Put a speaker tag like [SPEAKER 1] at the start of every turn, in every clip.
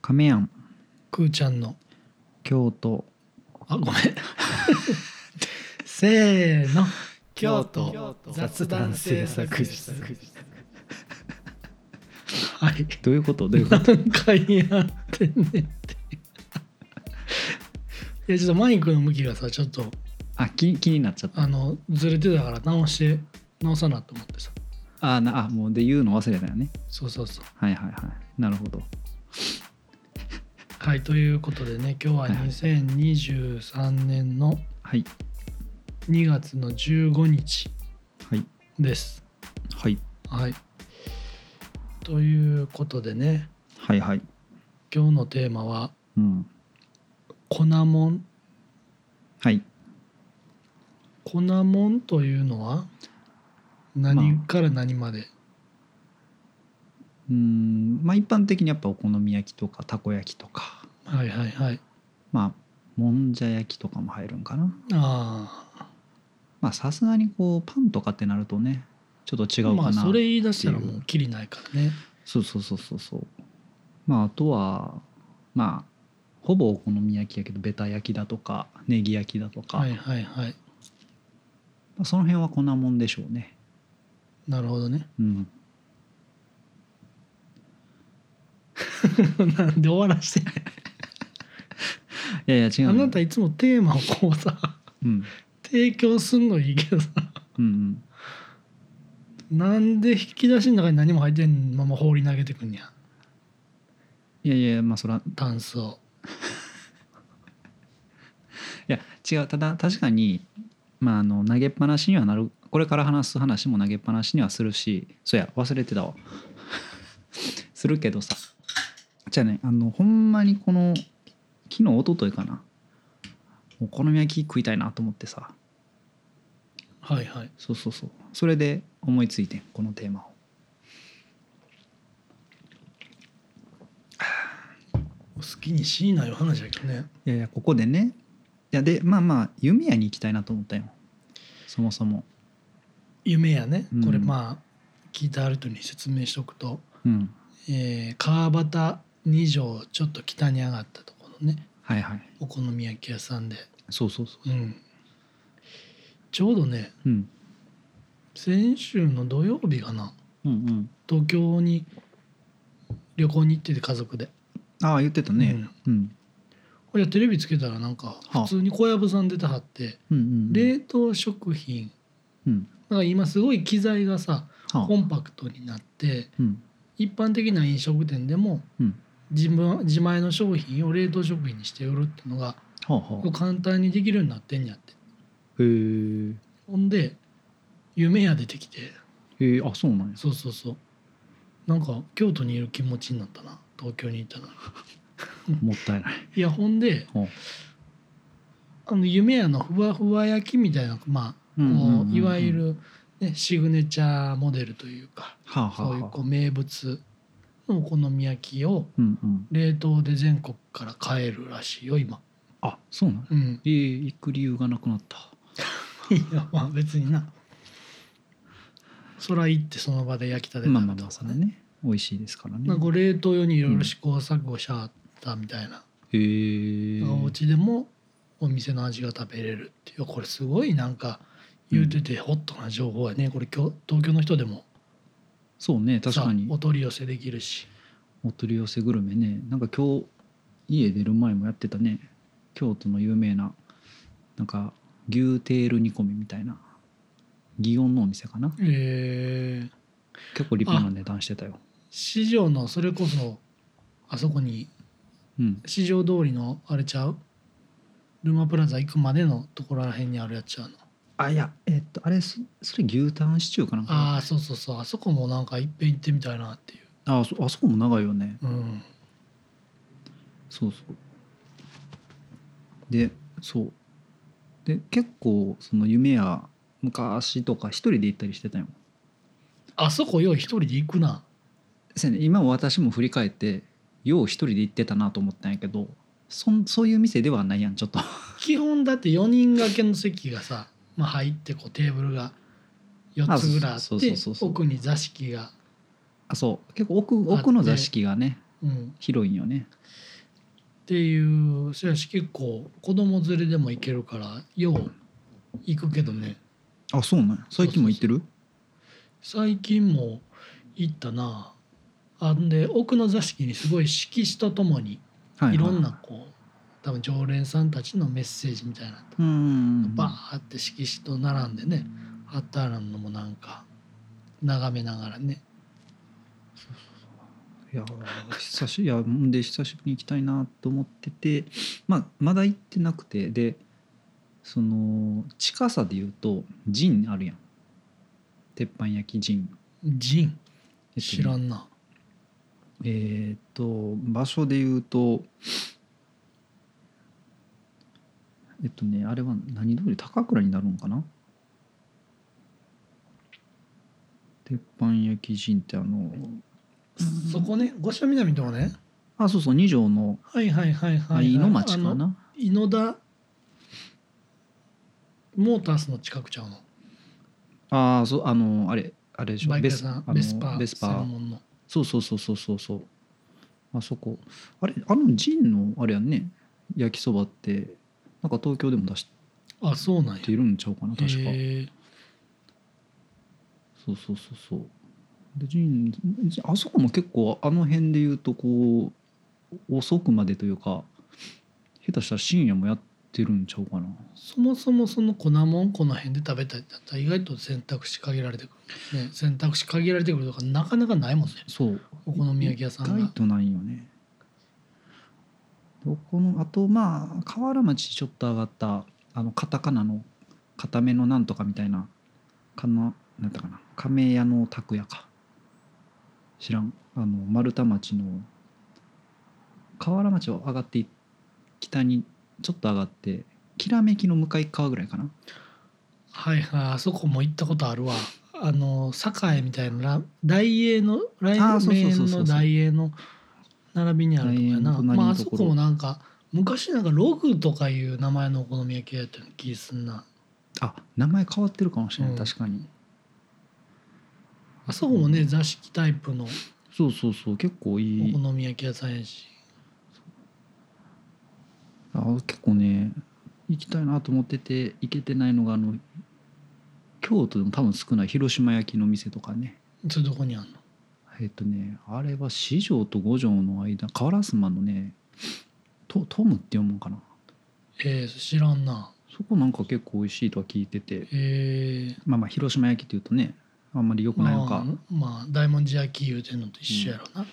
[SPEAKER 1] 亀庵
[SPEAKER 2] くーちゃんの
[SPEAKER 1] 京都
[SPEAKER 2] あごめんせーの京都雑談制作室はい
[SPEAKER 1] どういうことどういうこと
[SPEAKER 2] 何回やってんねんっていやちょっとマイクの向きがさちょっと
[SPEAKER 1] あ気気になっちゃった
[SPEAKER 2] あのずれてたから直して直さなと思ってさ
[SPEAKER 1] あなあもうで言うの忘れたよね
[SPEAKER 2] そうそうそう
[SPEAKER 1] はいはいはいなるほど
[SPEAKER 2] はいということでね今日は
[SPEAKER 1] はいはい
[SPEAKER 2] 2023年の
[SPEAKER 1] はい
[SPEAKER 2] 2月の15日
[SPEAKER 1] はい
[SPEAKER 2] です
[SPEAKER 1] はい
[SPEAKER 2] はいということでね
[SPEAKER 1] はいはい
[SPEAKER 2] 今日のテーマは
[SPEAKER 1] うん
[SPEAKER 2] 「粉もん」
[SPEAKER 1] はい
[SPEAKER 2] 粉もんというのは何から何まで、
[SPEAKER 1] うーんまあ一般的にやっぱお好み焼きとかたこ焼きとか
[SPEAKER 2] はいはいはい
[SPEAKER 1] まあもんじゃ焼きとかも入るんかな
[SPEAKER 2] ああ
[SPEAKER 1] まあさすがにこうパンとかってなるとねちょっと違うかな、
[SPEAKER 2] まあそれ言い出したら
[SPEAKER 1] っていう
[SPEAKER 2] もうきりないからね
[SPEAKER 1] そうそうそうそうそうまああとはまあほぼお好み焼きやけどベタ焼きだとかネギ焼きだとか、
[SPEAKER 2] はい
[SPEAKER 1] ま
[SPEAKER 2] はいはい
[SPEAKER 1] あその辺はこんなもんでしょうね
[SPEAKER 2] なるほどね
[SPEAKER 1] うん
[SPEAKER 2] なんで終わらしてん
[SPEAKER 1] いやいや違
[SPEAKER 2] の
[SPEAKER 1] う
[SPEAKER 2] あ
[SPEAKER 1] の
[SPEAKER 2] なたいつもテーマをこうさ
[SPEAKER 1] うん
[SPEAKER 2] 提供すんのいいけどさ
[SPEAKER 1] うんうん
[SPEAKER 2] なんで引き出しの中に何も入ってんまま放り投げてくんや
[SPEAKER 1] いやいやまあそれは
[SPEAKER 2] タンスを
[SPEAKER 1] いや違うただ確かにまああの投げっぱなしにはなるこれから話す話も投げっぱなしにはするしそうや忘れてたわ するけどさじゃあねあのほんまにこの昨日一昨日かなお好み焼き食いたいなと思ってさ
[SPEAKER 2] はいはい
[SPEAKER 1] そうそうそうそれで思いついてんこのテーマを
[SPEAKER 2] 好きにしいないう話だけどね
[SPEAKER 1] いやいやここでねいやでまあまあ夢屋に行きたいなと思ったよそもそも
[SPEAKER 2] 夢やね、
[SPEAKER 1] うん
[SPEAKER 2] これまあ聞いたある人に説明しておくと、
[SPEAKER 1] うん
[SPEAKER 2] えー川端二条ちょっと北に上がったところのね
[SPEAKER 1] はいはい
[SPEAKER 2] お好み焼き屋さんで、
[SPEAKER 1] そうそうそ
[SPEAKER 2] うん、ちょうどね
[SPEAKER 1] う、うん、
[SPEAKER 2] 先週の土曜日かな
[SPEAKER 1] うんうん
[SPEAKER 2] 東京に旅行に行ってて家族で、
[SPEAKER 1] ああ言ってたねうん、
[SPEAKER 2] これテレビつけたらなんか
[SPEAKER 1] あ
[SPEAKER 2] 普通に小籔さん出てはって
[SPEAKER 1] うんうんうん
[SPEAKER 2] 冷凍食品
[SPEAKER 1] うん
[SPEAKER 2] なんか今すごい機材がさ
[SPEAKER 1] は
[SPEAKER 2] コンパクトになって
[SPEAKER 1] うん
[SPEAKER 2] 一般的な飲食店でも
[SPEAKER 1] うん
[SPEAKER 2] 自分自前の商品を冷凍食品にして売るっていうのが
[SPEAKER 1] はあはあ
[SPEAKER 2] 簡単にできるようになってんやって
[SPEAKER 1] へー
[SPEAKER 2] ほんで夢や出てきて
[SPEAKER 1] へえあそうなんや
[SPEAKER 2] そうそうそうなんか京都にいる気持ちになったな東京にいたら
[SPEAKER 1] もったいない
[SPEAKER 2] いやほんで
[SPEAKER 1] はあ
[SPEAKER 2] あの夢やのふわふわ焼きみたいなまあ
[SPEAKER 1] うんうんう
[SPEAKER 2] こ
[SPEAKER 1] んうん
[SPEAKER 2] ういわゆる、ね、シグネチャーモデルというか
[SPEAKER 1] はあはあ
[SPEAKER 2] そういう
[SPEAKER 1] は
[SPEAKER 2] こう
[SPEAKER 1] あ
[SPEAKER 2] 名物のお好み焼きを
[SPEAKER 1] うんうん
[SPEAKER 2] 冷凍で全国から買えるらしいよ今
[SPEAKER 1] あそうなんや
[SPEAKER 2] うん
[SPEAKER 1] えー行く理由がなくなった
[SPEAKER 2] いやまあ別になそら行ってその場で焼きたて
[SPEAKER 1] まあ
[SPEAKER 2] 食
[SPEAKER 1] まあ
[SPEAKER 2] べ
[SPEAKER 1] まあ
[SPEAKER 2] たと
[SPEAKER 1] そ
[SPEAKER 2] か
[SPEAKER 1] れ
[SPEAKER 2] ね
[SPEAKER 1] ね美味しいですからね
[SPEAKER 2] なんかこう冷凍用にいろいろ試行錯誤しはったみたいな、
[SPEAKER 1] へえ
[SPEAKER 2] お家でもお店の味が食べれるっていうこれすごいなんか言うててホットな情報やねこれ京東京の人でも
[SPEAKER 1] そうね確かに
[SPEAKER 2] さお取り寄せできるし
[SPEAKER 1] お取り寄せグルメねなんか今日家出る前もやってたね京都の有名ななんか牛テール煮込みみたいな祇園のお店かな
[SPEAKER 2] えー、
[SPEAKER 1] 結構立派な値段してたよ
[SPEAKER 2] 市場のそれこそあそこに
[SPEAKER 1] うん
[SPEAKER 2] 市場通りのあれちゃうルマプラザ行くまでのところらへんにあるやつちゃうの
[SPEAKER 1] あいやえっとあれそそれ牛タンシチューかなんか
[SPEAKER 2] ああそうそうそうあそこもなんかいっぺん行ってみたいなってい
[SPEAKER 1] あそあそこも長いよね
[SPEAKER 2] ううん
[SPEAKER 1] そうそうでそうで結構その夢や昔とか一人で行ったりしてたよ
[SPEAKER 2] あそこよう一人で行くな
[SPEAKER 1] せやね今私も振り返ってよう一人で行ってたなと思ったんやけどそんそういう店ではないやんちょっと
[SPEAKER 2] 基本だって4人掛けの席がさ、まあ、入ってこうテーブルが4つぐらいあ
[SPEAKER 1] あ
[SPEAKER 2] っ
[SPEAKER 1] そうそうそうそう
[SPEAKER 2] て奥に座敷が、
[SPEAKER 1] あそう結構奥
[SPEAKER 2] あって
[SPEAKER 1] 奥の座敷がね
[SPEAKER 2] ううん、
[SPEAKER 1] 広いんよね
[SPEAKER 2] っていうそやし結構子供連れでも行けるからよう行くけどね
[SPEAKER 1] あそうなんや最近も行ってる
[SPEAKER 2] 最近も行ったなあんで奥の座敷にすごい色紙とともに
[SPEAKER 1] はい
[SPEAKER 2] ろんなこう多分常連さんたちのメッセージみたいな
[SPEAKER 1] うんうんうん
[SPEAKER 2] バーって色紙と並んでね貼ってあるのもなんか眺めながらね
[SPEAKER 1] いやー久しいやんで久しぶりに行きたいなと思ってて、まあ、まだ行ってなくてでその近さで言うとジンあるやん鉄板焼きジン、
[SPEAKER 2] ジン
[SPEAKER 1] えっとね
[SPEAKER 2] 知らんな
[SPEAKER 1] えーっと場所で言うとえっとねあれは何通り高倉になるのかな鉄板焼き陣ってあの
[SPEAKER 2] そこね五所南とかね
[SPEAKER 1] あそうそう二条の
[SPEAKER 2] はいはいはいはい、はい、
[SPEAKER 1] 愛の町
[SPEAKER 2] あ
[SPEAKER 1] かな
[SPEAKER 2] 井の田モータースの近くちゃうの
[SPEAKER 1] ああそうあのあれあれでしょ
[SPEAKER 2] バイク屋さ
[SPEAKER 1] あ
[SPEAKER 2] ん
[SPEAKER 1] の
[SPEAKER 2] ベスパー
[SPEAKER 1] ベスパ
[SPEAKER 2] 専
[SPEAKER 1] ー
[SPEAKER 2] 門の
[SPEAKER 1] そうそうそうそうそうそうあそこあれあの陣のあれやんね焼きそばってなんか東京でも出し
[SPEAKER 2] あそうなんや
[SPEAKER 1] てるんちゃうかな確か
[SPEAKER 2] へえ
[SPEAKER 1] そうそうそうそうでジンジンあそこも結構あの辺で言うとこう遅くまでというか下手したら深夜もやってるんちゃうかな
[SPEAKER 2] そもそもその粉もんこの辺で食べたりだったら意外と選択肢限られてくる、ね、選択肢限られてくるとかなかなかないもんね
[SPEAKER 1] そう
[SPEAKER 2] お好み焼き屋さん
[SPEAKER 1] 意
[SPEAKER 2] が
[SPEAKER 1] 外とないよねでこのあとまあ河原町ちょっと上がったあのカタカナの固めのなんとかみたいなかななんだかな亀屋の拓也か知らんあの丸太町の河原町を上がってい北にちょっと上がってきらめきの向かい側ぐらいかな
[SPEAKER 2] はいはいあそこも行ったことあるわあの栄みたいなら大英の来
[SPEAKER 1] あーそうそう
[SPEAKER 2] 年
[SPEAKER 1] そうそう
[SPEAKER 2] の大英の並びにあるとこ
[SPEAKER 1] 大英
[SPEAKER 2] やな
[SPEAKER 1] の隣
[SPEAKER 2] まあ
[SPEAKER 1] の
[SPEAKER 2] あ
[SPEAKER 1] と
[SPEAKER 2] そ
[SPEAKER 1] ころ
[SPEAKER 2] こもなんか昔なんかログとかいう名前のお好み焼き屋やったような気すんな
[SPEAKER 1] あ名前変わってるかもしれない、
[SPEAKER 2] うん
[SPEAKER 1] 確かに
[SPEAKER 2] あそこもね座敷タイプの
[SPEAKER 1] そうそうそう結構いい
[SPEAKER 2] お好み焼き屋さんやし
[SPEAKER 1] あ結構ね行きたいなと思ってて行けてないのがあの京都でも多分少ない広島焼きの店とかね
[SPEAKER 2] それどこにあんの
[SPEAKER 1] えっとねあれは四条と五条の間河原島のねトトムって読むんかな
[SPEAKER 2] えー、知らんな
[SPEAKER 1] そこなんか結構美味しいとは聞いてて
[SPEAKER 2] えー、
[SPEAKER 1] まあまあ広島焼きっていうとねあんまり良くないの
[SPEAKER 2] ま
[SPEAKER 1] か
[SPEAKER 2] あ、まあ大文字焼き言うてんのと一緒やろな、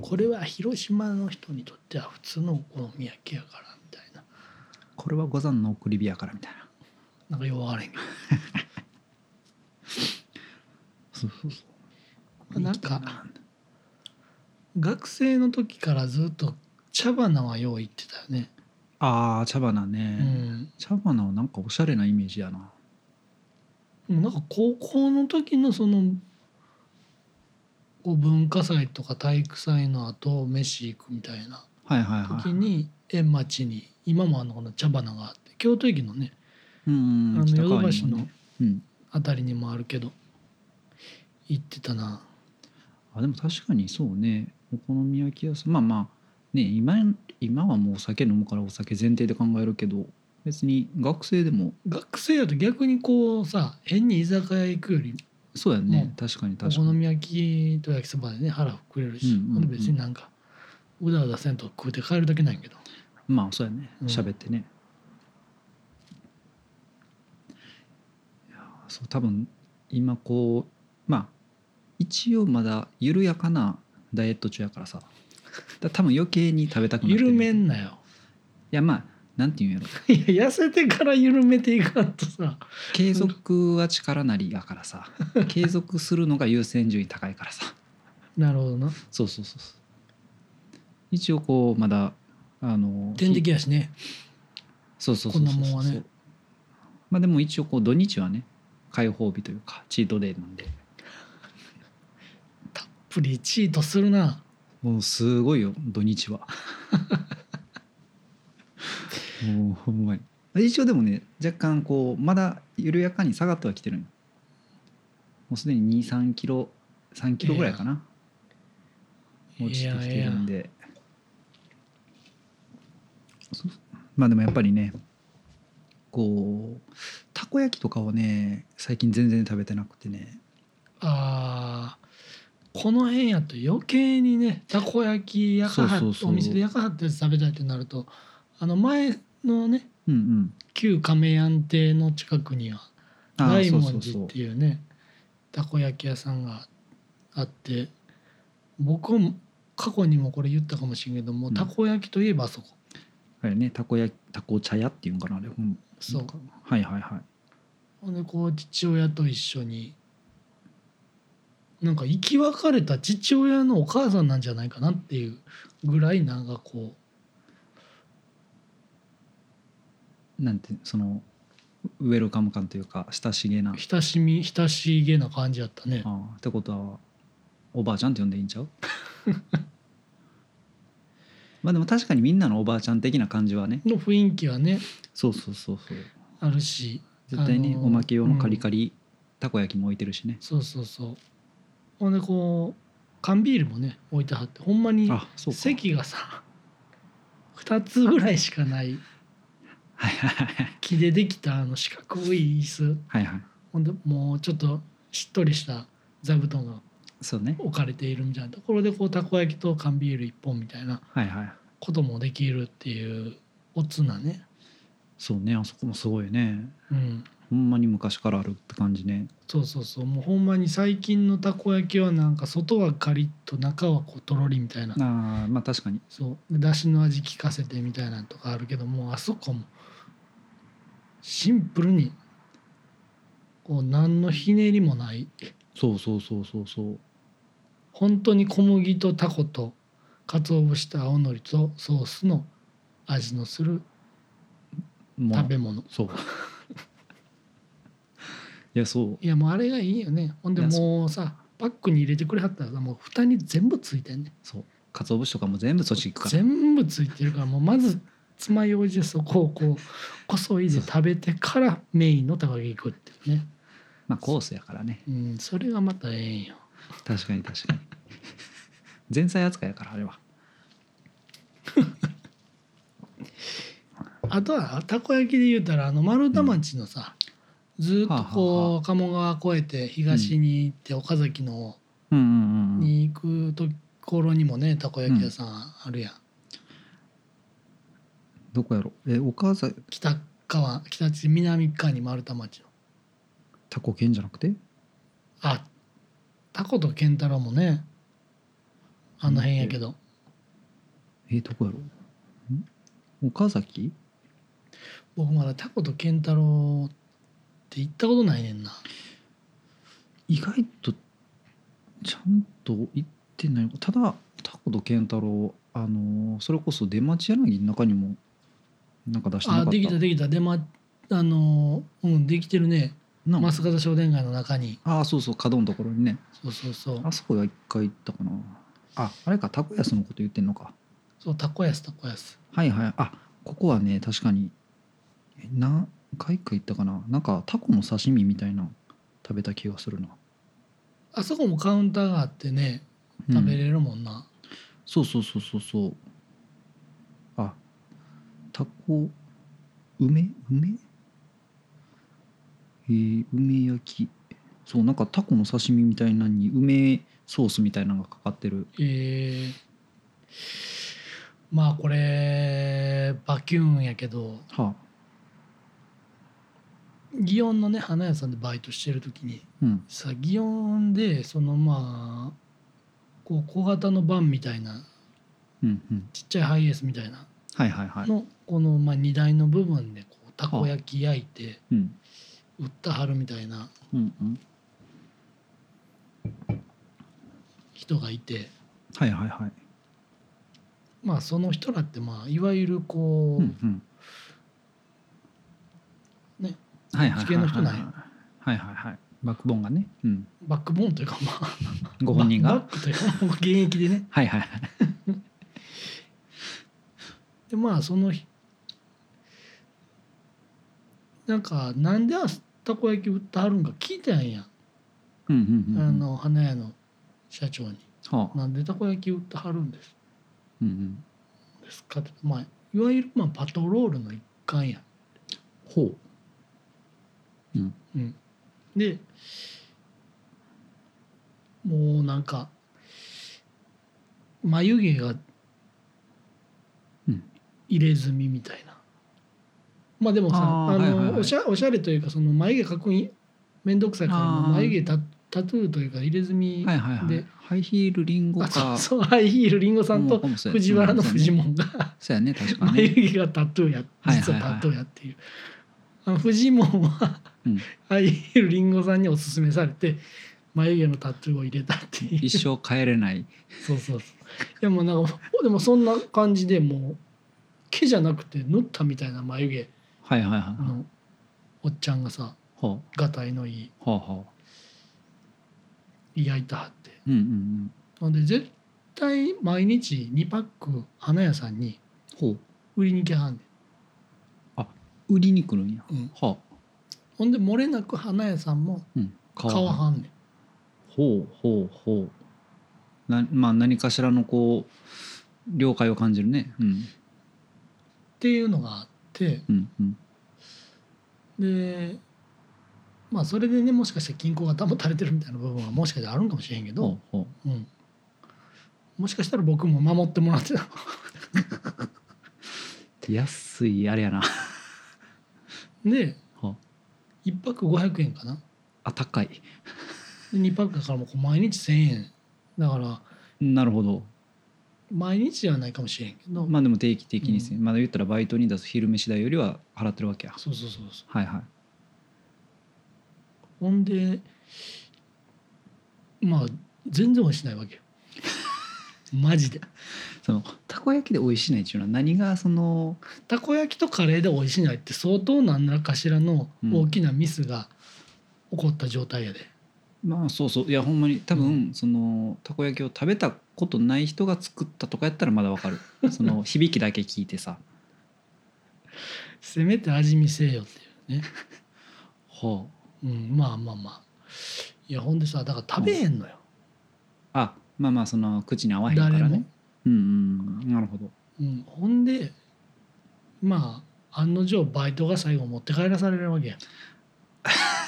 [SPEAKER 2] これは広島の人にとっては普通のお好み焼きやからみたいな
[SPEAKER 1] これは五山の送り火やからみたいな
[SPEAKER 2] なんかよくわからへんけ
[SPEAKER 1] そうそうそ
[SPEAKER 2] どなんか学生の時からずっと茶花はよう行ってたよね、
[SPEAKER 1] あー茶花
[SPEAKER 2] う
[SPEAKER 1] ね、
[SPEAKER 2] ん、
[SPEAKER 1] 茶花はなんかおしゃれなイメージやな
[SPEAKER 2] でもなんか高校の時のそのこう文化祭とか体育祭の後飯行くみたいな
[SPEAKER 1] はいはいはい
[SPEAKER 2] 時に円町に今もあのこの茶花があって京都駅のね
[SPEAKER 1] うん
[SPEAKER 2] あの
[SPEAKER 1] 北川
[SPEAKER 2] ヨドバ
[SPEAKER 1] に
[SPEAKER 2] シ
[SPEAKER 1] も
[SPEAKER 2] の
[SPEAKER 1] ねうん
[SPEAKER 2] あたりにもあるけど行ってたな
[SPEAKER 1] あでも確かにそうねお好み焼き屋さんまあまあね今今はもうお酒飲むからお酒前提で考えるけど別に学生でも
[SPEAKER 2] 学生やと逆にこうさ変に居酒屋行くより
[SPEAKER 1] そうやね
[SPEAKER 2] も、
[SPEAKER 1] 確かに
[SPEAKER 2] お
[SPEAKER 1] 確か
[SPEAKER 2] 好
[SPEAKER 1] に
[SPEAKER 2] み焼きと焼きそばでね腹膨れる
[SPEAKER 1] うん
[SPEAKER 2] し、
[SPEAKER 1] うんうん
[SPEAKER 2] ほんで別になんかうだうだせんと食うて帰るだけなんやけど
[SPEAKER 1] まあそうやね
[SPEAKER 2] うん
[SPEAKER 1] 喋ってね、いやーそう多分今こうまあ一応まだ緩やかなダイエット中やからさだから多分余計に食べたくなってる
[SPEAKER 2] 緩めんなよ
[SPEAKER 1] いやまあなんていうんやろ
[SPEAKER 2] いや痩せてから緩めていかんとさ
[SPEAKER 1] 継続は力なりやから さ継続するのが優先順位高いからさ
[SPEAKER 2] なるほどな
[SPEAKER 1] そうそうそうそう一応こうまだあの
[SPEAKER 2] 天敵やしね
[SPEAKER 1] そうそうそうそう
[SPEAKER 2] こんなもんはね
[SPEAKER 1] そうまあでも一応こう土日はね開放日というかチートデーなんで
[SPEAKER 2] たっぷりチートするな
[SPEAKER 1] もうすごいよ土日は もうほんまに一応でもね若干こうまだ緩やかに下がってはきてるんよもうすでに23キロ3キロぐらいかな、落ちてきてるんでそまあでもやっぱりねこうたこ焼きとかをね最近全然食べてなくてね
[SPEAKER 2] あーこの辺やと余計にねたこ焼き焼かは
[SPEAKER 1] そ
[SPEAKER 2] っ
[SPEAKER 1] うそうそう
[SPEAKER 2] お店で焼かはったやつ食べたいってなるとあの前のね
[SPEAKER 1] うんうん
[SPEAKER 2] 旧亀安亭の近くには
[SPEAKER 1] ああ
[SPEAKER 2] 大
[SPEAKER 1] そうそ
[SPEAKER 2] 文
[SPEAKER 1] うそ
[SPEAKER 2] 字っ
[SPEAKER 1] う
[SPEAKER 2] ていうねたこ焼き屋さんがあって僕も過去にもこれ言ったかもしれんけども、
[SPEAKER 1] うん
[SPEAKER 2] たこ焼きといえばあそこ
[SPEAKER 1] あれねたこ焼きたこ茶屋っていうんかなあれうん
[SPEAKER 2] そう
[SPEAKER 1] はいはいはい
[SPEAKER 2] ほんでこう父親と一緒になんか生き別れた父親のお母さんなんじゃないかなっていうぐらいなんかこ
[SPEAKER 1] なんてそのウェルカム感というか親し げな
[SPEAKER 2] う親しみ親しげな感じやったね
[SPEAKER 1] ああってことはおばあちゃんって呼んでいいんちゃう まあでも確かにみんなのおばあちゃん的な感じはね
[SPEAKER 2] の雰囲気はね
[SPEAKER 1] そうそうそうそう
[SPEAKER 2] あるし
[SPEAKER 1] 絶対に
[SPEAKER 2] あのー
[SPEAKER 1] おまけ用のカリカリたこ焼きも置いてるしね、
[SPEAKER 2] そうそうそうほんでこう缶ビールもね置いてはってほんまに
[SPEAKER 1] あそうか
[SPEAKER 2] 席がさ2つぐらいしかない
[SPEAKER 1] はいはいはい
[SPEAKER 2] 木でできたあの四角い椅子
[SPEAKER 1] はいはい
[SPEAKER 2] ほんでもうちょっとしっとりした座布団が
[SPEAKER 1] そうね
[SPEAKER 2] 置かれているみたいなところでこうたこ焼きと缶ビール一本みたいな
[SPEAKER 1] はいはい
[SPEAKER 2] こともできるっていうおつなね、
[SPEAKER 1] そうねあそこもすごいね
[SPEAKER 2] うん、
[SPEAKER 1] ほんまに昔からあるって感じね
[SPEAKER 2] そうそうそうもうほんまに最近のたこ焼きはなんか外はカリッと中はこうとろりみたいな
[SPEAKER 1] ああまあ確かに
[SPEAKER 2] そうだしの味効かせてみたいなのとかあるけどもうあそこもシンプルにこう何のひねりもない
[SPEAKER 1] そうそうそうそうそう
[SPEAKER 2] 本当に小麦とタコと鰹節と青のりとソースの味のする
[SPEAKER 1] もう
[SPEAKER 2] 食べ物
[SPEAKER 1] そう いやそう
[SPEAKER 2] いやもうあれがいいよねほんで
[SPEAKER 1] いやそう
[SPEAKER 2] もうさパックに入れてくれはったらさもう蓋に全部ついてんね
[SPEAKER 1] そう鰹節とかも全部そっち行くから
[SPEAKER 2] 全部ついてるからもうまず爪楊枝でそこをこうこそいで食べてからメインのたこ焼き行くっていうね
[SPEAKER 1] まあコースやからね
[SPEAKER 2] うんそれがまたええんよ
[SPEAKER 1] 確かに確かに 前菜扱いやからあれは
[SPEAKER 2] あとはたこ焼きで言うたらあの丸太町のさ、ずーっとこう、
[SPEAKER 1] はあはあは
[SPEAKER 2] 鴨川越えて東に行って岡崎の方
[SPEAKER 1] うんうんうんうん
[SPEAKER 2] に行くところにもねたこ焼き屋さんあるやん、
[SPEAKER 1] どこやろえお母さん
[SPEAKER 2] 北川北地南側に丸太町の
[SPEAKER 1] タコ県じゃなくて
[SPEAKER 2] あタコと健太郎もねあの辺やけど、
[SPEAKER 1] えどこやろん岡崎
[SPEAKER 2] 僕まだタコと健太郎って行ったことないねんな
[SPEAKER 1] 意外とちゃんと行ってないただタコと健太郎あのーそれこそ出町柳の中にもなんか出してなか
[SPEAKER 2] あ
[SPEAKER 1] った
[SPEAKER 2] できたできたでまあのうんできてるね
[SPEAKER 1] なあ
[SPEAKER 2] 増方商店街の中に
[SPEAKER 1] あそうそう角のところにね
[SPEAKER 2] そうそうそう
[SPEAKER 1] あそこが一回行ったかなああれかタコヤスのこと言ってんのか
[SPEAKER 2] そうタコやすタコやす
[SPEAKER 1] はいはいあここはね確かにえ何回か行ったかななんかタコの刺身みたいなの食べた気がするな、
[SPEAKER 2] あそこもカウンターがあってね
[SPEAKER 1] うん
[SPEAKER 2] 食べれるもんな、
[SPEAKER 1] そうそうそうそうそうあタコ梅梅えー、梅焼きそうなんかタコの刺身みたいなのに梅ソースみたいなのがかかってる
[SPEAKER 2] えーまあこれバキューンやけど
[SPEAKER 1] はあ
[SPEAKER 2] 祇園のね花屋さんでバイトしてる時に
[SPEAKER 1] うん
[SPEAKER 2] さ祇園でそのまあこう小型のバンみたいな
[SPEAKER 1] うんうん
[SPEAKER 2] ちっちゃいハイエースみたいな
[SPEAKER 1] はいはいはい
[SPEAKER 2] のこの、まあ、荷台の部分でこうたこ焼き焼いて
[SPEAKER 1] うん
[SPEAKER 2] 売ったはるみたいな
[SPEAKER 1] うんうん
[SPEAKER 2] 人がいて
[SPEAKER 1] はいはいはい
[SPEAKER 2] まあその人らってまあいわゆるこ
[SPEAKER 1] う
[SPEAKER 2] う、
[SPEAKER 1] んうん
[SPEAKER 2] ね
[SPEAKER 1] はいはいはい
[SPEAKER 2] 地形の人なんや
[SPEAKER 1] はいはいはいバックボーンがねうん
[SPEAKER 2] バックボーンというかまあ
[SPEAKER 1] ご本人
[SPEAKER 2] ババ
[SPEAKER 1] が
[SPEAKER 2] ックというかもう現役でね
[SPEAKER 1] はいはいはい
[SPEAKER 2] でまあその日なんかなんであたこ焼き売ってはるんか聞いたんや、
[SPEAKER 1] うんうんうんうん
[SPEAKER 2] あの花屋の社長に
[SPEAKER 1] はあ
[SPEAKER 2] なんでたこ焼き売ってはるんです
[SPEAKER 1] うんうん
[SPEAKER 2] ですかって、まあ、いわゆるまあパトロールの一環やん
[SPEAKER 1] ほう
[SPEAKER 2] うん、でもうなんか眉毛が
[SPEAKER 1] うん
[SPEAKER 2] 入れ墨みたいな、まあでもさ
[SPEAKER 1] あ
[SPEAKER 2] あ
[SPEAKER 1] ーはい
[SPEAKER 2] の、
[SPEAKER 1] はいはい
[SPEAKER 2] おしゃおしゃれというかその眉毛描くん面倒くさいから
[SPEAKER 1] あー
[SPEAKER 2] もう眉毛タタトゥーというか入れ墨、
[SPEAKER 1] はいはいはい
[SPEAKER 2] で
[SPEAKER 1] ハイヒールリンゴ
[SPEAKER 2] あそ
[SPEAKER 1] か
[SPEAKER 2] うそうハイヒールりんごさんと藤原の
[SPEAKER 1] 藤
[SPEAKER 2] 藤門が
[SPEAKER 1] そうやね確か
[SPEAKER 2] 眉
[SPEAKER 1] に
[SPEAKER 2] 毛がタトゥーや
[SPEAKER 1] はいはいはい
[SPEAKER 2] 実はタトゥーやっていう、あの藤門は
[SPEAKER 1] うん
[SPEAKER 2] ハイヒールリンゴさんにおすすめされて眉毛のタトゥーを入れたっていう
[SPEAKER 1] 一生帰れない
[SPEAKER 2] そうそうそういやもうなんかでもそんな感じでもう毛じゃなくて縫ったみたいな眉毛
[SPEAKER 1] はいはいはいはい
[SPEAKER 2] のおっちゃんがさ
[SPEAKER 1] ほう
[SPEAKER 2] がたいのい
[SPEAKER 1] ほうほ
[SPEAKER 2] い焼いたはって
[SPEAKER 1] ううんうんうん
[SPEAKER 2] なんで絶対毎日2パック花屋さんに
[SPEAKER 1] ほ
[SPEAKER 2] 売りに来はんねん
[SPEAKER 1] う売りに来るんや
[SPEAKER 2] うん
[SPEAKER 1] はあ
[SPEAKER 2] ほんで漏れなく花屋さんも
[SPEAKER 1] うん
[SPEAKER 2] 買わはんねん
[SPEAKER 1] ほうほうほうなまあ何かしらのこう了解を感じるねうん
[SPEAKER 2] っていうのがあって
[SPEAKER 1] うんうん
[SPEAKER 2] でまあそれでねもしかして均衡が保たれてるみたいな部分はもしかしたらあるんかもしれんけど
[SPEAKER 1] ほ、うほう
[SPEAKER 2] うん、もしかしたら僕も守ってもらってた
[SPEAKER 1] 安いあれやな
[SPEAKER 2] で
[SPEAKER 1] は
[SPEAKER 2] 1泊500円かな
[SPEAKER 1] あ高い
[SPEAKER 2] で2泊だからもうこう毎日1,000円だから
[SPEAKER 1] なるほど
[SPEAKER 2] 毎日ではないかもしれんけど、
[SPEAKER 1] まあでも定期的にですね、
[SPEAKER 2] う
[SPEAKER 1] まだ言ったらバイトに出す昼飯代よりは払ってるわけや
[SPEAKER 2] そうそうそうそ
[SPEAKER 1] はいはいう
[SPEAKER 2] ほんでまあ全然落ちないわ けよマジで
[SPEAKER 1] そのたこ焼きで美味しないっていうのは何がその
[SPEAKER 2] たこ焼きとカレーで美味しないって相当何らかしらの大きなミスが起こった状態やで、
[SPEAKER 1] まあそうそういやほんまに多
[SPEAKER 2] う
[SPEAKER 1] 分、そのたこ焼きを食べたことない人が作ったとかやったらまだわかるそ の響きだけ聞いてさ
[SPEAKER 2] せめて味見せよっていうね、
[SPEAKER 1] ほう
[SPEAKER 2] うん、まあまあまあいやほんでさだから食べへんのよ、
[SPEAKER 1] あまあまあその口に合わへんから
[SPEAKER 2] 誰も
[SPEAKER 1] ね、うんうんなるほど
[SPEAKER 2] うん、ほんでまあ案の定バイトが最後持って帰らされるわけや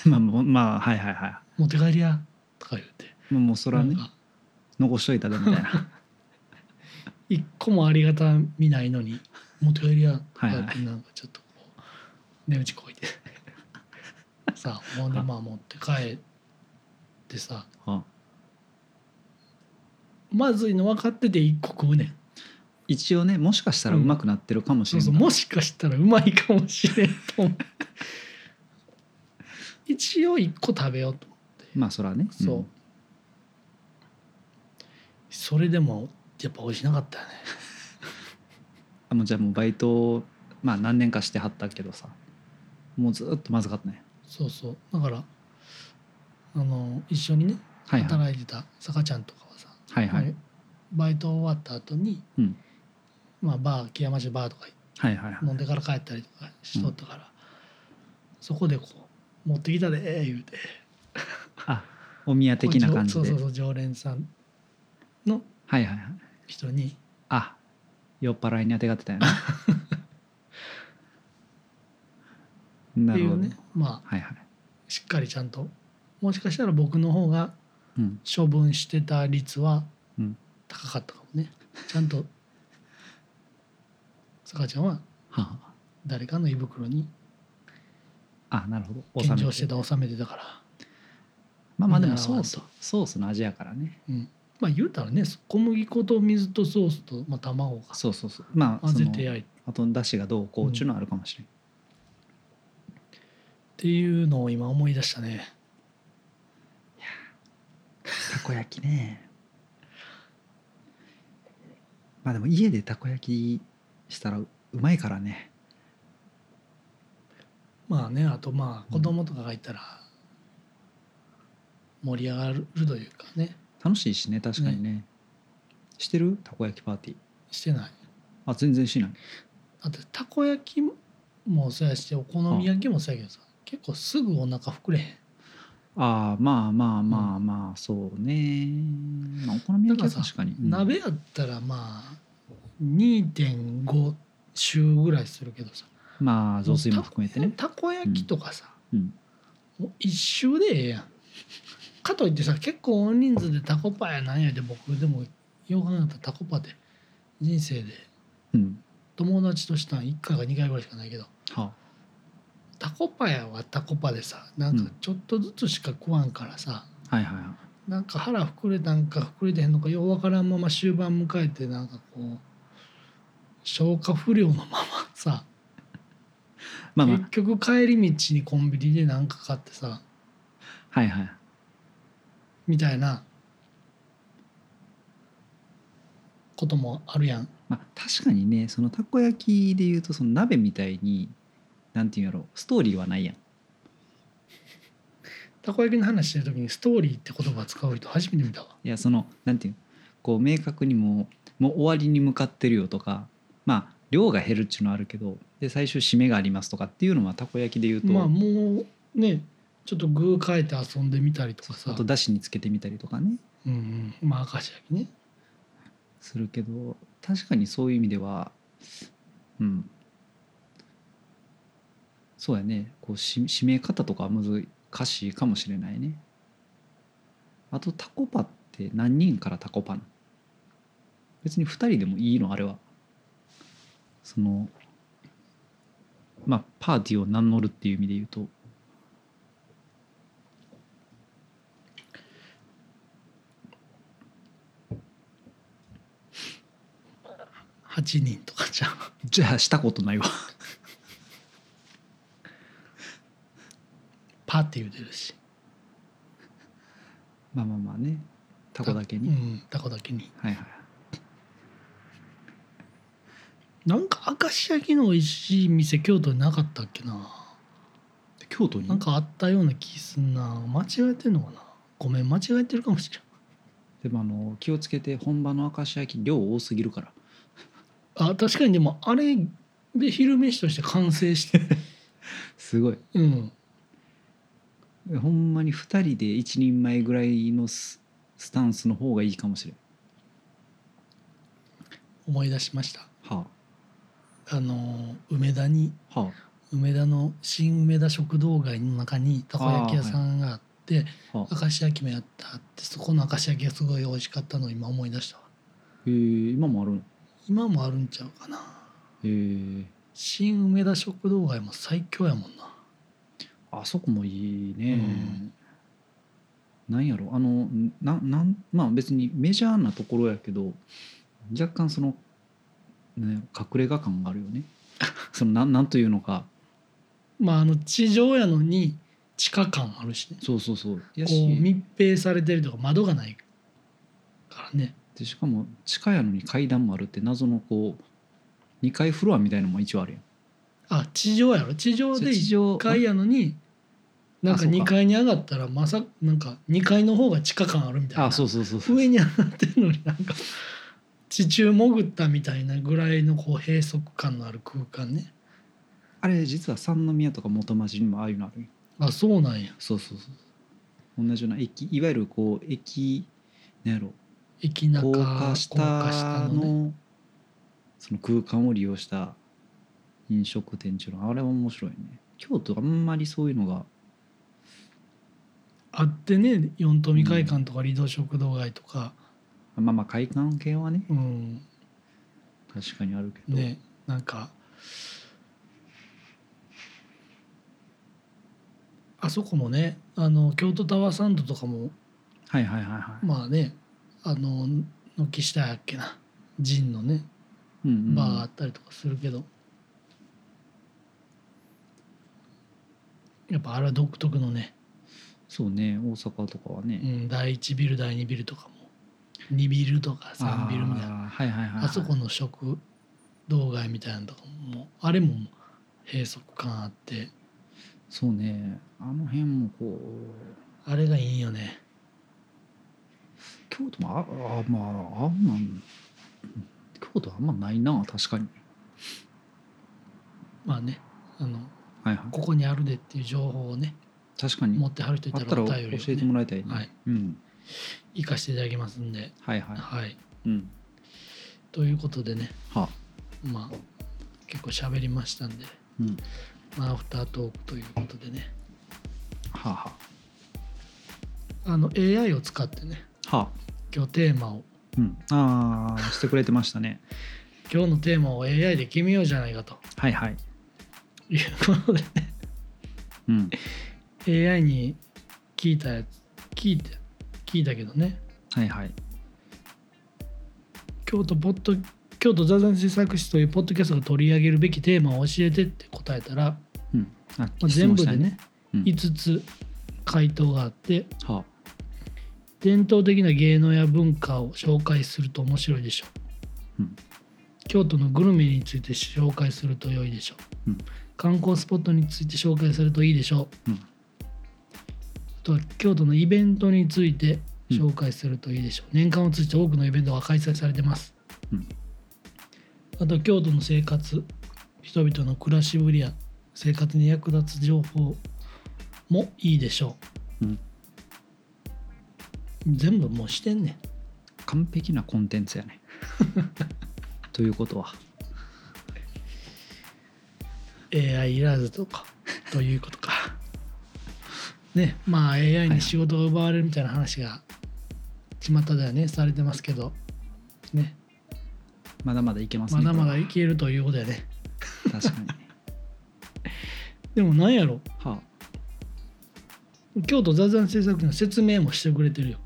[SPEAKER 1] まあもうまあはいはいはい
[SPEAKER 2] 持って帰りやとか言って
[SPEAKER 1] まあもうそれはね
[SPEAKER 2] なんか
[SPEAKER 1] 残しといたでみたい な
[SPEAKER 2] 一個もありがたみないのに持って帰りやとか言って
[SPEAKER 1] は
[SPEAKER 2] なんかちょっとこう値打ちこいてさあほんでまあ持って帰ってさ
[SPEAKER 1] はあ
[SPEAKER 2] まずいの分かってて一個食うねん
[SPEAKER 1] 一応ねもしかしたらうまくなってるかもし
[SPEAKER 2] そう
[SPEAKER 1] れ
[SPEAKER 2] そ
[SPEAKER 1] な
[SPEAKER 2] う
[SPEAKER 1] い、
[SPEAKER 2] もしかしたらうまいかもしれんと思って 一応一個食べようと
[SPEAKER 1] まあそれはね
[SPEAKER 2] そう、
[SPEAKER 1] ん
[SPEAKER 2] それでもやっぱ美味しなかったよね
[SPEAKER 1] あもうじゃあもうバイトをまあ何年かしてはったけどさもうずっとまずかったね
[SPEAKER 2] そうそうだからあの一緒にね
[SPEAKER 1] はいはい
[SPEAKER 2] 働いてたさかちゃんとかはさ、
[SPEAKER 1] はいはい、
[SPEAKER 2] まあバイト終わった後に、
[SPEAKER 1] うん
[SPEAKER 2] まあバー木山市バーとか
[SPEAKER 1] はいはいはい
[SPEAKER 2] 飲んでから帰ったりとかしとったから、そこでこう「持ってきたで」言うて
[SPEAKER 1] あお宮的な感じで
[SPEAKER 2] そうそうそう常連さんの
[SPEAKER 1] はいはいはい
[SPEAKER 2] 人に
[SPEAKER 1] あ酔っ払いにあてがって たよね
[SPEAKER 2] っ
[SPEAKER 1] な
[SPEAKER 2] てい
[SPEAKER 1] るほど
[SPEAKER 2] うねまあ
[SPEAKER 1] はいはい
[SPEAKER 2] しっかりちゃんともしかしたら僕の方が
[SPEAKER 1] うん
[SPEAKER 2] 処分してた率は
[SPEAKER 1] うん
[SPEAKER 2] 高かったかもね、ちゃんとさかちゃんは
[SPEAKER 1] はあ
[SPEAKER 2] 誰かの胃袋に
[SPEAKER 1] あなるほど
[SPEAKER 2] 献
[SPEAKER 1] 収
[SPEAKER 2] 上
[SPEAKER 1] め
[SPEAKER 2] してた納めてたから
[SPEAKER 1] まあまあでも
[SPEAKER 2] みんな
[SPEAKER 1] ソ
[SPEAKER 2] の
[SPEAKER 1] ースソースの味やからね
[SPEAKER 2] うん、まあ言うたらね小麦粉と水とソースと、まあ、卵が
[SPEAKER 1] そうそうそうまあ
[SPEAKER 2] 混
[SPEAKER 1] そ
[SPEAKER 2] ぜ
[SPEAKER 1] の
[SPEAKER 2] て焼いて
[SPEAKER 1] あとだしがどうこうっちゅうのはあるかもしれん、
[SPEAKER 2] っていうのを今思い出したね
[SPEAKER 1] たこ焼きねまあでも家でたこ焼きしたらうまいからね
[SPEAKER 2] まあねあとまあ
[SPEAKER 1] う
[SPEAKER 2] 子
[SPEAKER 1] ん
[SPEAKER 2] 供とかがいたら盛り上がるというかね
[SPEAKER 1] 楽しいしね確かにねしてるたこ焼きパーティー
[SPEAKER 2] してない
[SPEAKER 1] あ全然しない
[SPEAKER 2] だってたこ焼きもそうやしお好み焼きもそうやけどさ結構すぐお腹膨れへん
[SPEAKER 1] ああまあまあまあまあそうね、まあ、お好み焼きは
[SPEAKER 2] だからさ
[SPEAKER 1] 確かにうん
[SPEAKER 2] 鍋やったらまあ2.5周ぐらいするけどさ
[SPEAKER 1] まあ雑炊も含めてね
[SPEAKER 2] たこ焼きとかさ、
[SPEAKER 1] うん
[SPEAKER 2] もう一周でええやんかといってさ結構大人数でタコパやなんやで僕でもよう考えたらタコパで人生で
[SPEAKER 1] うん
[SPEAKER 2] 友達としたん1回か2回ぐらいしかないけど
[SPEAKER 1] は
[SPEAKER 2] タコパやはタコパでさなんかちょっとずつしか食わんからさ、
[SPEAKER 1] あはいはいはい
[SPEAKER 2] なんか腹膨れたんか膨れてへんのかようわからんまま終盤迎えてなんかこう消化不良のままさ
[SPEAKER 1] まあま
[SPEAKER 2] 結局帰り道にコンビニで何か買ってさ
[SPEAKER 1] あはいはい
[SPEAKER 2] みたいなこともあるやん。
[SPEAKER 1] まあ、確かにねそのたこ焼きでいうとその鍋みたいになんていうんやろストーリーはないやん
[SPEAKER 2] たこ焼きの話してる時にストーリーって言葉使う人初めて見たわ。
[SPEAKER 1] いやそのなんていうこう明確にもうもう終わりに向かってるよとかまあ量が減るっちゅうのはあるけどで最終締めがありますとかっていうのはたこ焼きでいうと、
[SPEAKER 2] まあもうねちょっと具変えて遊んでみたりとかさ
[SPEAKER 1] あとだしにつけてみたりとかね
[SPEAKER 2] うんうん、まあ明石焼きね。
[SPEAKER 1] するけど確かにそういう意味ではうんそうやねこうし締め方とかは難しいかもしれないねあとタコパって何人からタコパなの別に2人でもいいのあれはそのまあパーティーを名乗るっていう意味で言うと
[SPEAKER 2] 8人とかじゃん
[SPEAKER 1] じゃあしたことないわ
[SPEAKER 2] パって言うてるし
[SPEAKER 1] まあまあまあねタコだけに、
[SPEAKER 2] うんタコだけに
[SPEAKER 1] はいはい
[SPEAKER 2] なんか明石焼きの美味しい店京都になかったっけな
[SPEAKER 1] 京都に
[SPEAKER 2] なんかあったような気すんな間違えてんのかなごめん間違えてるかもしれん
[SPEAKER 1] でもあの気をつけて本場の明石焼き量多すぎるから
[SPEAKER 2] あ確かにでもあれで昼飯として完成して
[SPEAKER 1] すごい
[SPEAKER 2] うん
[SPEAKER 1] ほんまに2人で1人前ぐらいのススタンスの方がいいかもしれん
[SPEAKER 2] 思い出しました
[SPEAKER 1] は
[SPEAKER 2] あの梅田に
[SPEAKER 1] あは
[SPEAKER 2] 梅田の新梅田食堂街の中にたこ焼き屋さんがあって
[SPEAKER 1] あはあ
[SPEAKER 2] 明石焼きもやったってそこの明石焼きがすごい美味しかったのを今思い出したわ
[SPEAKER 1] へえ今もあるのへ
[SPEAKER 2] 今もあるんちゃうかな
[SPEAKER 1] え
[SPEAKER 2] 新梅田食堂街も最強やもんな
[SPEAKER 1] あそこもいいね、なんやろあのななんまあ別にメジャーなところやけど若干その、ね、隠れ家感があるよ ねそのなんなんというのか
[SPEAKER 2] まああの地上やのに地下感あるしね
[SPEAKER 1] そうそうそうや
[SPEAKER 2] こ
[SPEAKER 1] し
[SPEAKER 2] う密閉されてるとか窓がないからね
[SPEAKER 1] でしかも地下やのに階段もあるって謎のこう2階フロアみたいなのも一応あるやん
[SPEAKER 2] あ地上やろ地上で
[SPEAKER 1] 地
[SPEAKER 2] 1
[SPEAKER 1] 上
[SPEAKER 2] 階やのになんか
[SPEAKER 1] あそうか
[SPEAKER 2] 2階に上がったらまさなんか2階の方が地下感あるみたいな
[SPEAKER 1] あそうそうそうそう
[SPEAKER 2] 上に上がってるのになんか地中潜ったみたいなぐらいのこう閉塞感のある空間ね
[SPEAKER 1] あれ実は三宮とか元町にもああいうのあるんよ
[SPEAKER 2] あそうなんや
[SPEAKER 1] そうそうそう同じような駅いわゆるこう駅なんやろ
[SPEAKER 2] 駅中
[SPEAKER 1] 高架下
[SPEAKER 2] 高架下
[SPEAKER 1] の
[SPEAKER 2] ね
[SPEAKER 1] その空間を利用した飲食店っていうのはあれは面白いね京都あんまりそういうのが
[SPEAKER 2] あってね四富会館とかリド食堂街とか、
[SPEAKER 1] まあまあ会館系はね
[SPEAKER 2] うん、
[SPEAKER 1] 確かにあるけど、
[SPEAKER 2] ねなんかあそこもねあの京都タワーサンドとかも
[SPEAKER 1] はいはいはいはい、
[SPEAKER 2] まあねあの軒下やっけなジンのね
[SPEAKER 1] うんうんうん
[SPEAKER 2] バーあったりとかするけど、やっぱあれは独特のね、
[SPEAKER 1] そうね大阪とかはね、
[SPEAKER 2] うん、第1ビル第2ビルとかも2ビルとか3ビルみたいな
[SPEAKER 1] あーはいはいはいはい
[SPEAKER 2] あそこの食堂街みたいなのとかももうあれも閉塞感あって
[SPEAKER 1] そうねあの辺もこう
[SPEAKER 2] あれがいいよね
[SPEAKER 1] 京都もああまああんなん京都あんまないな確かに
[SPEAKER 2] まあねあの
[SPEAKER 1] はいはい
[SPEAKER 2] ここにあるでっていう情報をね
[SPEAKER 1] 確かに
[SPEAKER 2] 持ってはる人い
[SPEAKER 1] あ
[SPEAKER 2] た
[SPEAKER 1] っ
[SPEAKER 2] ら
[SPEAKER 1] たら
[SPEAKER 2] お
[SPEAKER 1] 教
[SPEAKER 2] 便り
[SPEAKER 1] え
[SPEAKER 2] を
[SPEAKER 1] て
[SPEAKER 2] ね
[SPEAKER 1] もらいたいね、
[SPEAKER 2] はい
[SPEAKER 1] うん、
[SPEAKER 2] 生かしていただきますんで
[SPEAKER 1] はいはい、
[SPEAKER 2] はい
[SPEAKER 1] うん、
[SPEAKER 2] ということでね
[SPEAKER 1] はあ、
[SPEAKER 2] まあ結構喋りましたんで
[SPEAKER 1] うん、
[SPEAKER 2] まあアフタートークということでね
[SPEAKER 1] はあは
[SPEAKER 2] あの AI を使ってね
[SPEAKER 1] あはあ
[SPEAKER 2] 今日テーマを
[SPEAKER 1] うん、ああしてくれてましたね
[SPEAKER 2] 今日のテーマを AI で決めようじゃないかと
[SPEAKER 1] はいはい、
[SPEAKER 2] いうことでね
[SPEAKER 1] うん、
[SPEAKER 2] AI に聞いたやつ聞いて聞いたけどね
[SPEAKER 1] はいはい
[SPEAKER 2] 京都ポッド京都座談制作室というポッドキャストが取り上げるべきテーマを教えてって答えたら、
[SPEAKER 1] うんあ
[SPEAKER 2] まあ全部
[SPEAKER 1] 質問した
[SPEAKER 2] で
[SPEAKER 1] い
[SPEAKER 2] ね、
[SPEAKER 1] うん
[SPEAKER 2] 5つ回答があって
[SPEAKER 1] は
[SPEAKER 2] 伝統的な芸能や文化を紹介すると面白いでしょ
[SPEAKER 1] う
[SPEAKER 2] う、
[SPEAKER 1] ん
[SPEAKER 2] 京都のグルメについて紹介すると良いでしょ
[SPEAKER 1] う
[SPEAKER 2] う、
[SPEAKER 1] ん
[SPEAKER 2] 観光スポットについて紹介するといいでしょう、
[SPEAKER 1] うん
[SPEAKER 2] あとは京都のイベントについて紹介するといいでしょう、年間を通じて多くのイベントが開催されてます、
[SPEAKER 1] うん
[SPEAKER 2] あと京都の生活人々の暮らしぶりや生活に役立つ情報もいいでしょう、
[SPEAKER 1] うん
[SPEAKER 2] 全部もうしてんねん
[SPEAKER 1] あ完璧なコンテンツ やねということは
[SPEAKER 2] AI いらずとかということかねまあ AI に仕事が奪われるみたいな話が巷ではねされてますけどね
[SPEAKER 1] まだまだいけます
[SPEAKER 2] ま
[SPEAKER 1] ね
[SPEAKER 2] だま
[SPEAKER 1] こ
[SPEAKER 2] だいけるということやね
[SPEAKER 1] れは確かに
[SPEAKER 2] でもなんやろ
[SPEAKER 1] はあ
[SPEAKER 2] 京都雑談制作の説明もしてくれてるよ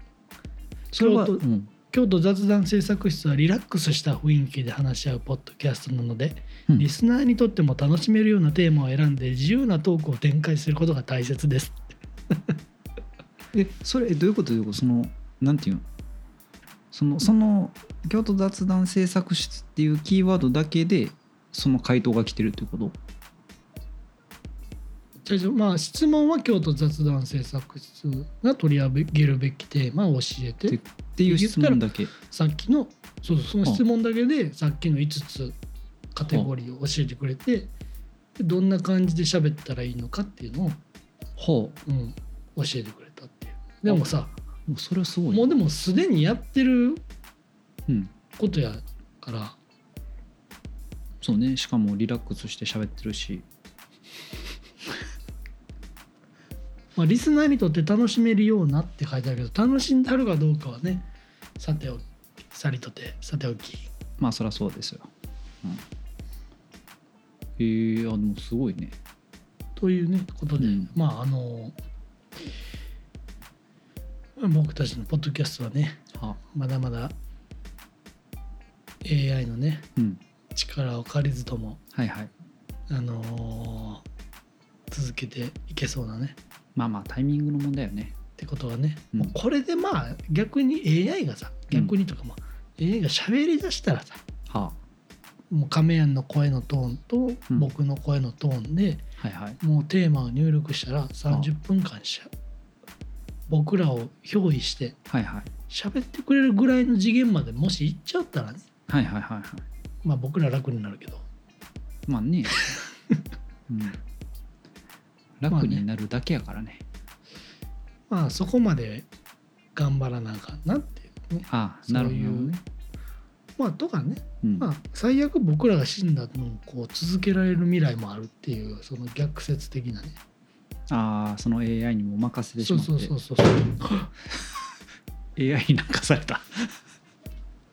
[SPEAKER 1] それは、う
[SPEAKER 2] 京都
[SPEAKER 1] ん
[SPEAKER 2] 京都雑談制作室はリラックスした雰囲気で話し合うポッドキャストなので、
[SPEAKER 1] うん
[SPEAKER 2] リスナーにとっても楽しめるようなテーマを選んで自由なトークを展開することが大切です
[SPEAKER 1] えそれえどういうことどういうことそのなんていうのそのその京都雑談制作室っていうキーワードだけでその回答が来てるってこと
[SPEAKER 2] じゃあまあ質問は京都雑談制作室が取り上げるべきテーマを教えて
[SPEAKER 1] っていう質問だけ
[SPEAKER 2] さっきのそうそうその質問だけでさっきの5つカテゴリーを教えてくれてどんな感じで喋ったらいいのかっていうのを、
[SPEAKER 1] ほ
[SPEAKER 2] うん、教えてくれたっていうでもさ
[SPEAKER 1] うもうそれはすごいね
[SPEAKER 2] もうでもすでにやってる
[SPEAKER 1] うん
[SPEAKER 2] ことやから
[SPEAKER 1] そうねしかもリラックスして喋ってるし
[SPEAKER 2] まあ、リスナーにとって楽しめるようなって書いてあるけど楽しんであるかどうかはねさておきさりとてさておき
[SPEAKER 1] まあそりゃそうですよ、うん、えー、あでもすごいね
[SPEAKER 2] というねことで、
[SPEAKER 1] うん
[SPEAKER 2] まああの僕たちのポッドキャストはね
[SPEAKER 1] は
[SPEAKER 2] まだまだ AI のね
[SPEAKER 1] うん
[SPEAKER 2] 力を借りずとも、
[SPEAKER 1] はいはい
[SPEAKER 2] あのー続けていけそうなね
[SPEAKER 1] まあまあタイミングの問題よね
[SPEAKER 2] ってことはね、
[SPEAKER 1] うん
[SPEAKER 2] もうこれでまあ逆に AI がさ逆にとかまあ、AI が喋りだしたらさ
[SPEAKER 1] は
[SPEAKER 2] もうカメヤンの声のトーンと
[SPEAKER 1] うん
[SPEAKER 2] 僕の声のトーンで、
[SPEAKER 1] あはいはい
[SPEAKER 2] もうテーマを入力したら30分間しゃ僕らを憑依して
[SPEAKER 1] はいはい
[SPEAKER 2] 喋ってくれるぐらいの次元までもし行っちゃったらね
[SPEAKER 1] はいはいはいはい
[SPEAKER 2] まあ僕ら楽になるけど
[SPEAKER 1] まあ ね、うん、楽になるだけやからね,、
[SPEAKER 2] まあそこまで頑張らなあかんなっていうね
[SPEAKER 1] あ、あ
[SPEAKER 2] そう
[SPEAKER 1] なるほど
[SPEAKER 2] いう
[SPEAKER 1] ね
[SPEAKER 2] まあとかね、
[SPEAKER 1] うん、
[SPEAKER 2] まあ、最悪僕らが死んだのをこう続けられる未来もあるっていうその逆説的なね
[SPEAKER 1] あーその AI にも任せてし
[SPEAKER 2] そう
[SPEAKER 1] まって
[SPEAKER 2] そうそうそう
[SPEAKER 1] AI に泣かされた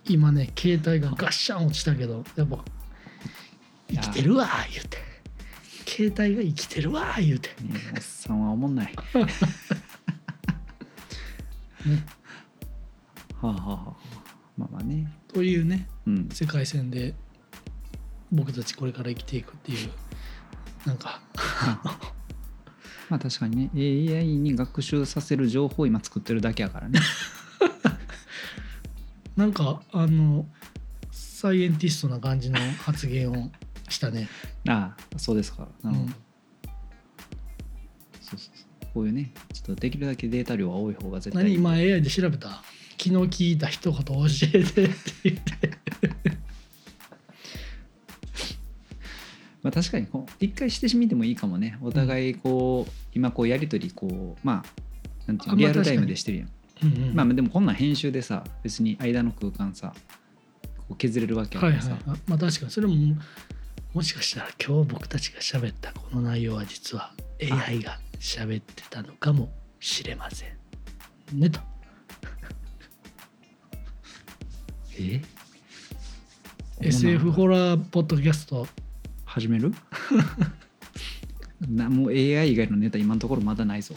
[SPEAKER 2] 今ね携帯がガッシャン落ちたけどやっぱ「
[SPEAKER 1] い
[SPEAKER 2] 生
[SPEAKER 1] や
[SPEAKER 2] きてるわ」言うて「携帯が生きてるわ」言うて
[SPEAKER 1] もうおっさんはおもん ない、
[SPEAKER 2] ね
[SPEAKER 1] はあ、はあはあ、まあまあね
[SPEAKER 2] というね
[SPEAKER 1] うん
[SPEAKER 2] 世界線で僕たちこれから生きていくっていうなんか
[SPEAKER 1] まあ確かにね AI に学習させる情報を今作ってるだけやから ね
[SPEAKER 2] なんかあのサイエンティストな感じの発言をしたね。
[SPEAKER 1] ああそうですかなるほど、
[SPEAKER 2] うん
[SPEAKER 1] そうそうそうこういうねちょっとできるだけデータ量は多い方が絶対
[SPEAKER 2] 何今 AI で調べた昨日聞いた一言教えてって言って
[SPEAKER 1] まあ、確かにこう一回してみてもいいかもねお互いこう、今こうやり取りこうまあなんていう
[SPEAKER 2] あ
[SPEAKER 1] のリ
[SPEAKER 2] まあ
[SPEAKER 1] アルタイムでしてるやん、
[SPEAKER 2] うんうん
[SPEAKER 1] まあ、でもこんなん編集でさ別に間の空間さこう削れるわけやか
[SPEAKER 2] はい
[SPEAKER 1] ら
[SPEAKER 2] はい
[SPEAKER 1] さ、
[SPEAKER 2] あまあ確かにそれももしかしたら今日僕たちが喋ったこの内容は実は AI が喋ってたのかもしれませんねと
[SPEAKER 1] え
[SPEAKER 2] SF
[SPEAKER 1] ー
[SPEAKER 2] ホラーポッドキャスト
[SPEAKER 1] 始める なもう AI 以外のネタ今のところまだないぞ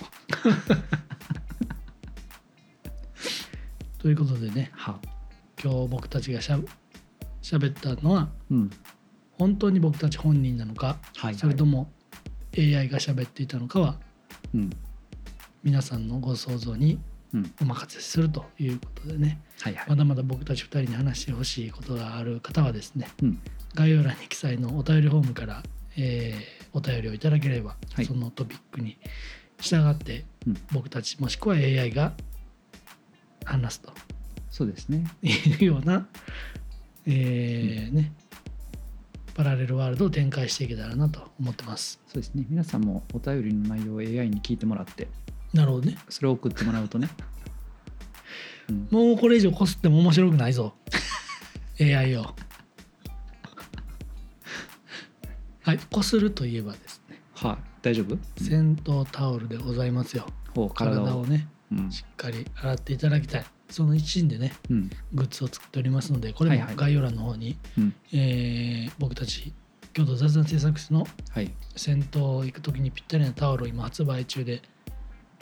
[SPEAKER 2] ということでね
[SPEAKER 1] は
[SPEAKER 2] 今日僕たちがしゃ喋ったのは
[SPEAKER 1] うん
[SPEAKER 2] 本当に僕たち本人なのか
[SPEAKER 1] はい、
[SPEAKER 2] それとも AI が喋っていたのかは
[SPEAKER 1] うん
[SPEAKER 2] 皆さんのご想像に
[SPEAKER 1] うん
[SPEAKER 2] お任せするということでね
[SPEAKER 1] はいはい
[SPEAKER 2] まだまだ僕たち2人に話してほしいことがある方はですね
[SPEAKER 1] うん
[SPEAKER 2] 概要欄に記載のお便りフォームから、えーお便りをいただければ、
[SPEAKER 1] はい
[SPEAKER 2] そのトピックに従って、
[SPEAKER 1] うん
[SPEAKER 2] 僕たちもしくは AI が話すと
[SPEAKER 1] そうですね
[SPEAKER 2] いうような、えーね、パラレルワールドを展開していけたらなと思ってます。
[SPEAKER 1] そうですね皆さんもお便りの内容を AI に聞いてもらって
[SPEAKER 2] なるほどね。
[SPEAKER 1] それを送ってもらうとね、 うん
[SPEAKER 2] もうこれ以上こすっても面白くな いぞ。AI を。はい、こするといえばですね、
[SPEAKER 1] はい大丈夫
[SPEAKER 2] 戦闘タオルでございますよ。
[SPEAKER 1] ほう体
[SPEAKER 2] 体
[SPEAKER 1] を
[SPEAKER 2] をね、
[SPEAKER 1] うん
[SPEAKER 2] しっかり洗っていただきたいその一心でね
[SPEAKER 1] うん
[SPEAKER 2] グッズを作っておりますのでこれ
[SPEAKER 1] はいは
[SPEAKER 2] も
[SPEAKER 1] い
[SPEAKER 2] 概要欄の方に、
[SPEAKER 1] うん
[SPEAKER 2] えー僕たち京都雑談制作室の
[SPEAKER 1] はい
[SPEAKER 2] 銭湯行く時にぴったりなタオルを今発売中で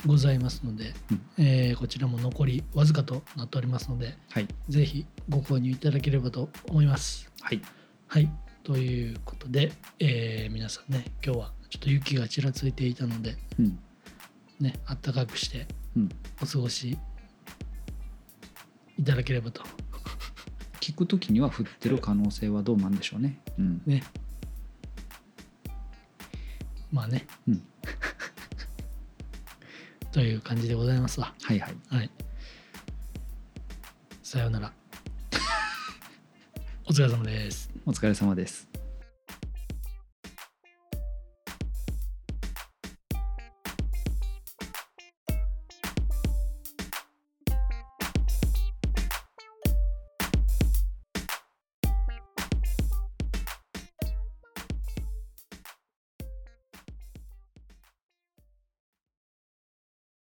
[SPEAKER 2] ございますので、
[SPEAKER 1] うん
[SPEAKER 2] えーこちらも残りわずかとなっておりますので
[SPEAKER 1] はい
[SPEAKER 2] ぜひご購入いただければと思います。
[SPEAKER 1] はい
[SPEAKER 2] はいということで、えー皆さんね今日はちょっと雪がちらついていたので
[SPEAKER 1] うん
[SPEAKER 2] ねあったかくして
[SPEAKER 1] うん
[SPEAKER 2] お過ごしいただければと
[SPEAKER 1] 聞くときには振ってる可能性はどうなんでしょうねうん
[SPEAKER 2] ねまあね、
[SPEAKER 1] うん
[SPEAKER 2] という感じでございますわ
[SPEAKER 1] はいはい
[SPEAKER 2] はいさようなら お疲れ様です
[SPEAKER 1] お疲れ様です